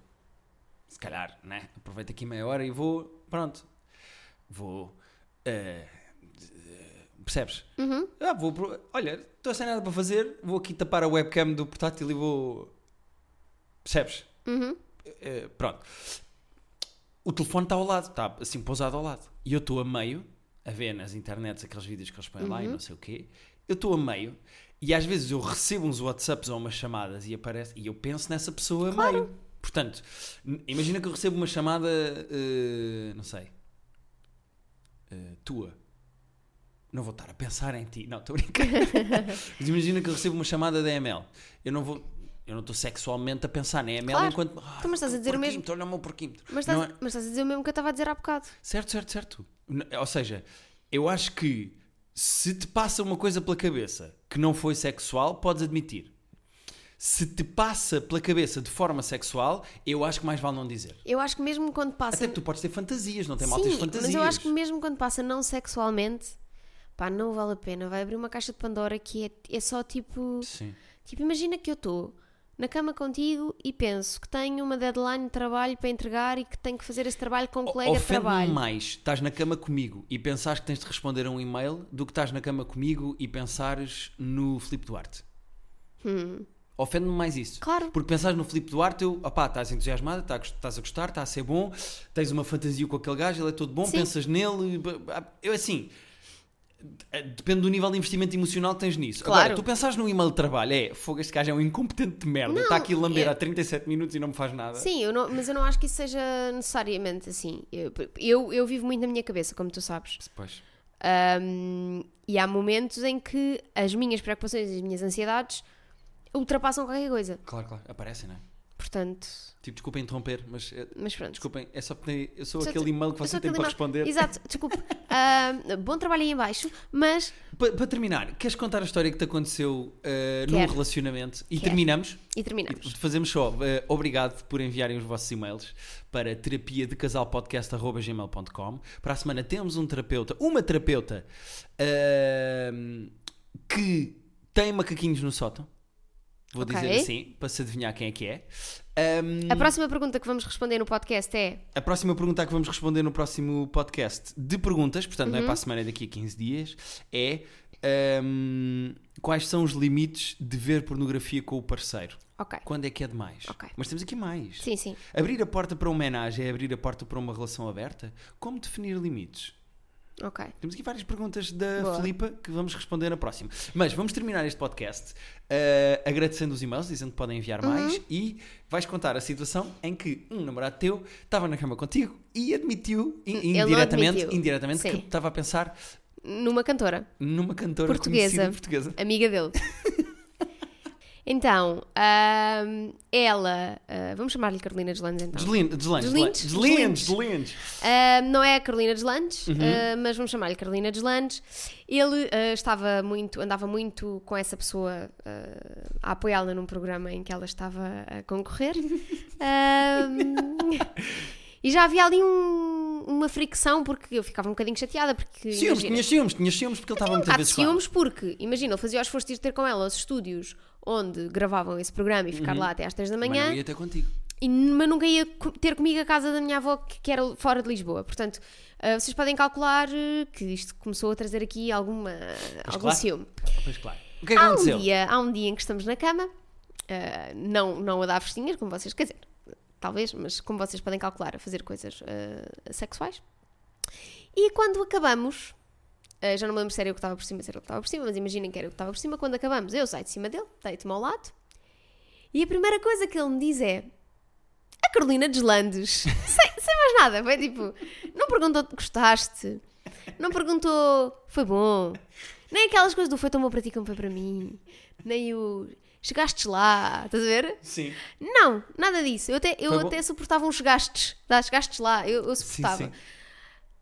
Se calhar, né? Aproveito aqui meia hora e vou, pronto. Vou. eh, eh, percebes? Ah, vou. pro- Olha, estou sem nada para fazer, vou aqui tapar a webcam do portátil e vou. Percebes? Eh, pronto. O telefone está ao lado, está assim pousado ao lado. E eu estou a meio, a ver nas internets aqueles vídeos que eles põem lá e não sei o quê. Eu estou a meio e às vezes eu recebo uns WhatsApps ou umas chamadas e aparece e eu penso nessa pessoa a meio. Portanto, n- imagina que eu recebo uma chamada, eh, não sei, eh, tua. Não vou estar a pensar em ti. Não, estou a brincar. Mas imagina que eu recebo uma chamada da ML. Eu não vou. Eu não estou sexualmente a pensar na ML
Claro.
enquanto. Ah,
Tu, Então, mas estás a dizer o mesmo.
porquímetro, Olha o meu porquímetro.
Mas
Não
estás,
é-
mas estás a dizer o mesmo que eu estava a dizer há bocado.
Certo, certo, certo. N- Ou seja, eu acho que se te passa uma coisa pela cabeça que não foi sexual, podes admitir. Se te passa pela cabeça de forma sexual, eu acho que mais vale não dizer.
Eu acho que mesmo quando passa.
Até que tu podes ter fantasias, não tem mal
Sim,
tens fantasias.
mas eu acho que mesmo quando passa não sexualmente, pá, não vale a pena. Vai abrir uma caixa de Pandora que é, é só tipo.
Sim.
Tipo, imagina que eu estou na cama contigo e penso que tenho uma deadline de trabalho para entregar e que tenho que fazer esse trabalho com um colega de
Ofende-me
trabalho.
mais estás na cama comigo e pensares que tens de responder a um e-mail do que estás na cama comigo e pensares no Filipe Duarte. Ofende-me mais isso.
Hum. Claro.
Porque pensares no Filipe Duarte, eu, opá, estás entusiasmada, tá a gos- estás a gostar, está a ser bom, tens uma fantasia com aquele gajo, ele é todo bom,
Sim.
pensas nele. b- b- Eu assim, eh, Depende do nível de investimento emocional que tens nisso. Agora,
Claro.
tu pensares num e-mail de trabalho, é fogo, este gajo é um incompetente de merda, está aqui a lamber
é-
há 37 minutos e não me faz nada.
Sim, eu não- mas eu não acho que isso seja necessariamente assim. Eu, eu, eu vivo muito na minha cabeça, como tu sabes.
Pois.
Um, e há momentos em que as minhas preocupações e as minhas ansiedades ultrapassam qualquer coisa.
Claro, claro, aparecem, não é?
Portanto,
Tipo, desculpem interromper, mas eh,
mas pronto.
desculpem, é só porque eu sou
Só
aquele
te-
e-mail que
Mas
você
só
tem
aquele
um para
e-mail.
responder.
Exato, desculpe. Ah, bom trabalho aí em baixo, mas
Pa- Para terminar, queres contar a história que te aconteceu eh, num
Quero.
relacionamento? E
Quero.
terminamos?
e terminamos.
E Fazemos só. eh, obrigado por enviarem os vossos e-mails para terapia de Para a semana temos um terapeuta, uma terapeuta ehm, que tem macaquinhos no sótão. Vou
Ok.
dizer assim, para se adivinhar quem é que é. Ehm,
A próxima pergunta que vamos responder no podcast é:
a próxima pergunta que vamos responder no próximo podcast de perguntas, portanto
Uhum.
não é para a semana é daqui a 15 dias, é ehm, quais são os limites de ver pornografia com o parceiro?
Ok,
Quando é que é demais?
Ok.
Mas temos aqui mais.
sim, sim.
Abrir a porta para uma homenagem é abrir a porta para uma relação aberta? Como definir limites?
Ok.
Temos aqui várias perguntas da
Boa.
Filipa que vamos responder na próxima. Mas vamos terminar este podcast eh, agradecendo os e-mails, dizendo que podem
Uhum.
enviar mais e vais contar a situação em que um namorado teu estava na cama contigo e admitiu, i-
não
indiretamente,
admitiu.
indiretamente que
Sim.
estava a pensar
Numa cantora,
numa cantora
Portuguesa.
conhecida portuguesa.
amiga dele. então, ahm, ela. ah, vamos chamar-lhe Carolina Deslandes então.
Deslinde, deslinde,
Deslindes?
deslinde,
Deslindes.
deslinde.
Ahm, não é a Carolina Deslandes, ah, mas vamos chamar-lhe Carolina Deslandes. Ele ah, estava muito, andava muito com essa pessoa ah, a apoiá-la num programa em que ela estava a concorrer. Ahm, e já havia ali um- uma fricção, porque eu ficava um bocadinho chateada, porque
Ciúmes,
imagina,
tinhas ciúmes, tinhas ciúmes porque ele estava
um
muitas
bocado de
vezes com ela.
ciúmes porque, imagina, ele fazia o esforço de ir ter com ela aos estúdios onde gravavam esse programa e ficar lá até às 3 da
Uhum. Mas
manhã,
não ia até contigo.
e, mas nunca ia co- ter comigo a casa da minha avó, que, que era fora de Lisboa. Portanto, ah, vocês podem calcular ah, que isto começou a trazer aqui alguma, algum
claro.
ciúme.
Pois claro. O que é que
Há um,
aconteceu?
dia, há um dia em que estamos na cama, ah, não, não a dar festinhas, como vocês, quer dizer, talvez, mas como vocês podem calcular, a fazer coisas ah, sexuais. E quando acabamos, ah, já não me lembro se era eu que estava por cima, se era ele que estava por cima, mas imaginem que era eu que estava por cima. Quando acabamos, eu saio de cima dele, deito-me ao lado, e a primeira coisa que ele me diz é. A Carolina Deslandes. sem, sem mais nada. Foi tipo, não perguntou te gostaste, não perguntou foi bom, nem aquelas coisas do foi tão bom para ti como foi para mim, nem o chegaste lá, estás a ver?
Sim.
Não, nada disso. Eu até, eu
Foi bom.
até suportava uns gastos, dá, chegastes lá, eu, eu suportava.
sim.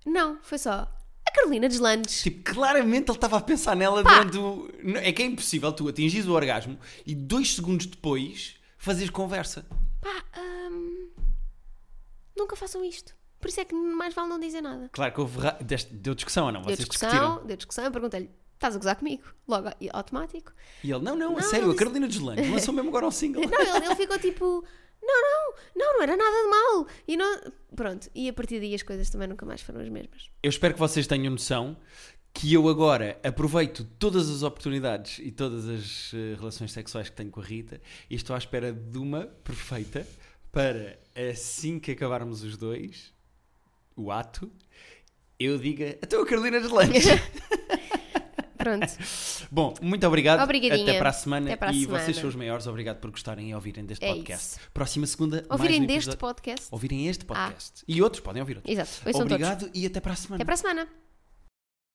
Não, foi só a Carolina Deslandes.
Tipo, claramente ele estava a pensar nela durante o. É que é impossível tu atingires o orgasmo e dois segundos depois fazeres conversa.
Pá, hum, nunca façam isto. Por isso é que mais vale não dizer nada.
Claro que houve. ra- deste- Deu discussão ou não?
Deu
Vocês discutiram.
discussão, deu discussão, eu perguntei-lhe, estás a gozar comigo? Logo, e- automático.
E ele, não, não, a
Não,
sério,
ele
a Carolina Deslandes lançou mesmo agora um single.
Não, ele, ele ficou tipo, não, não, não, não era nada de mal. E não... Pronto, e a partir daí as coisas também nunca mais foram as mesmas.
Eu espero que vocês tenham noção que eu agora aproveito todas as oportunidades e todas as eh, relações sexuais que tenho com a Rita e estou à espera de uma perfeita para assim que acabarmos os dois, o ato, eu diga até a Carolina Deslandes.
Pronto,
Bom, muito obrigado.
Obrigadinha.
Até para a semana.
Até para a
e
semana.
vocês são os maiores. Obrigado por gostarem e ouvirem deste
É
podcast.
isso.
Próxima segunda.
ouvirem
mais um
deste
episódio-
podcast.
Ouvirem este podcast. E outros podem ouvir outros.
Exato, ouçam todos.
Obrigado e até para a semana.
Até para a semana.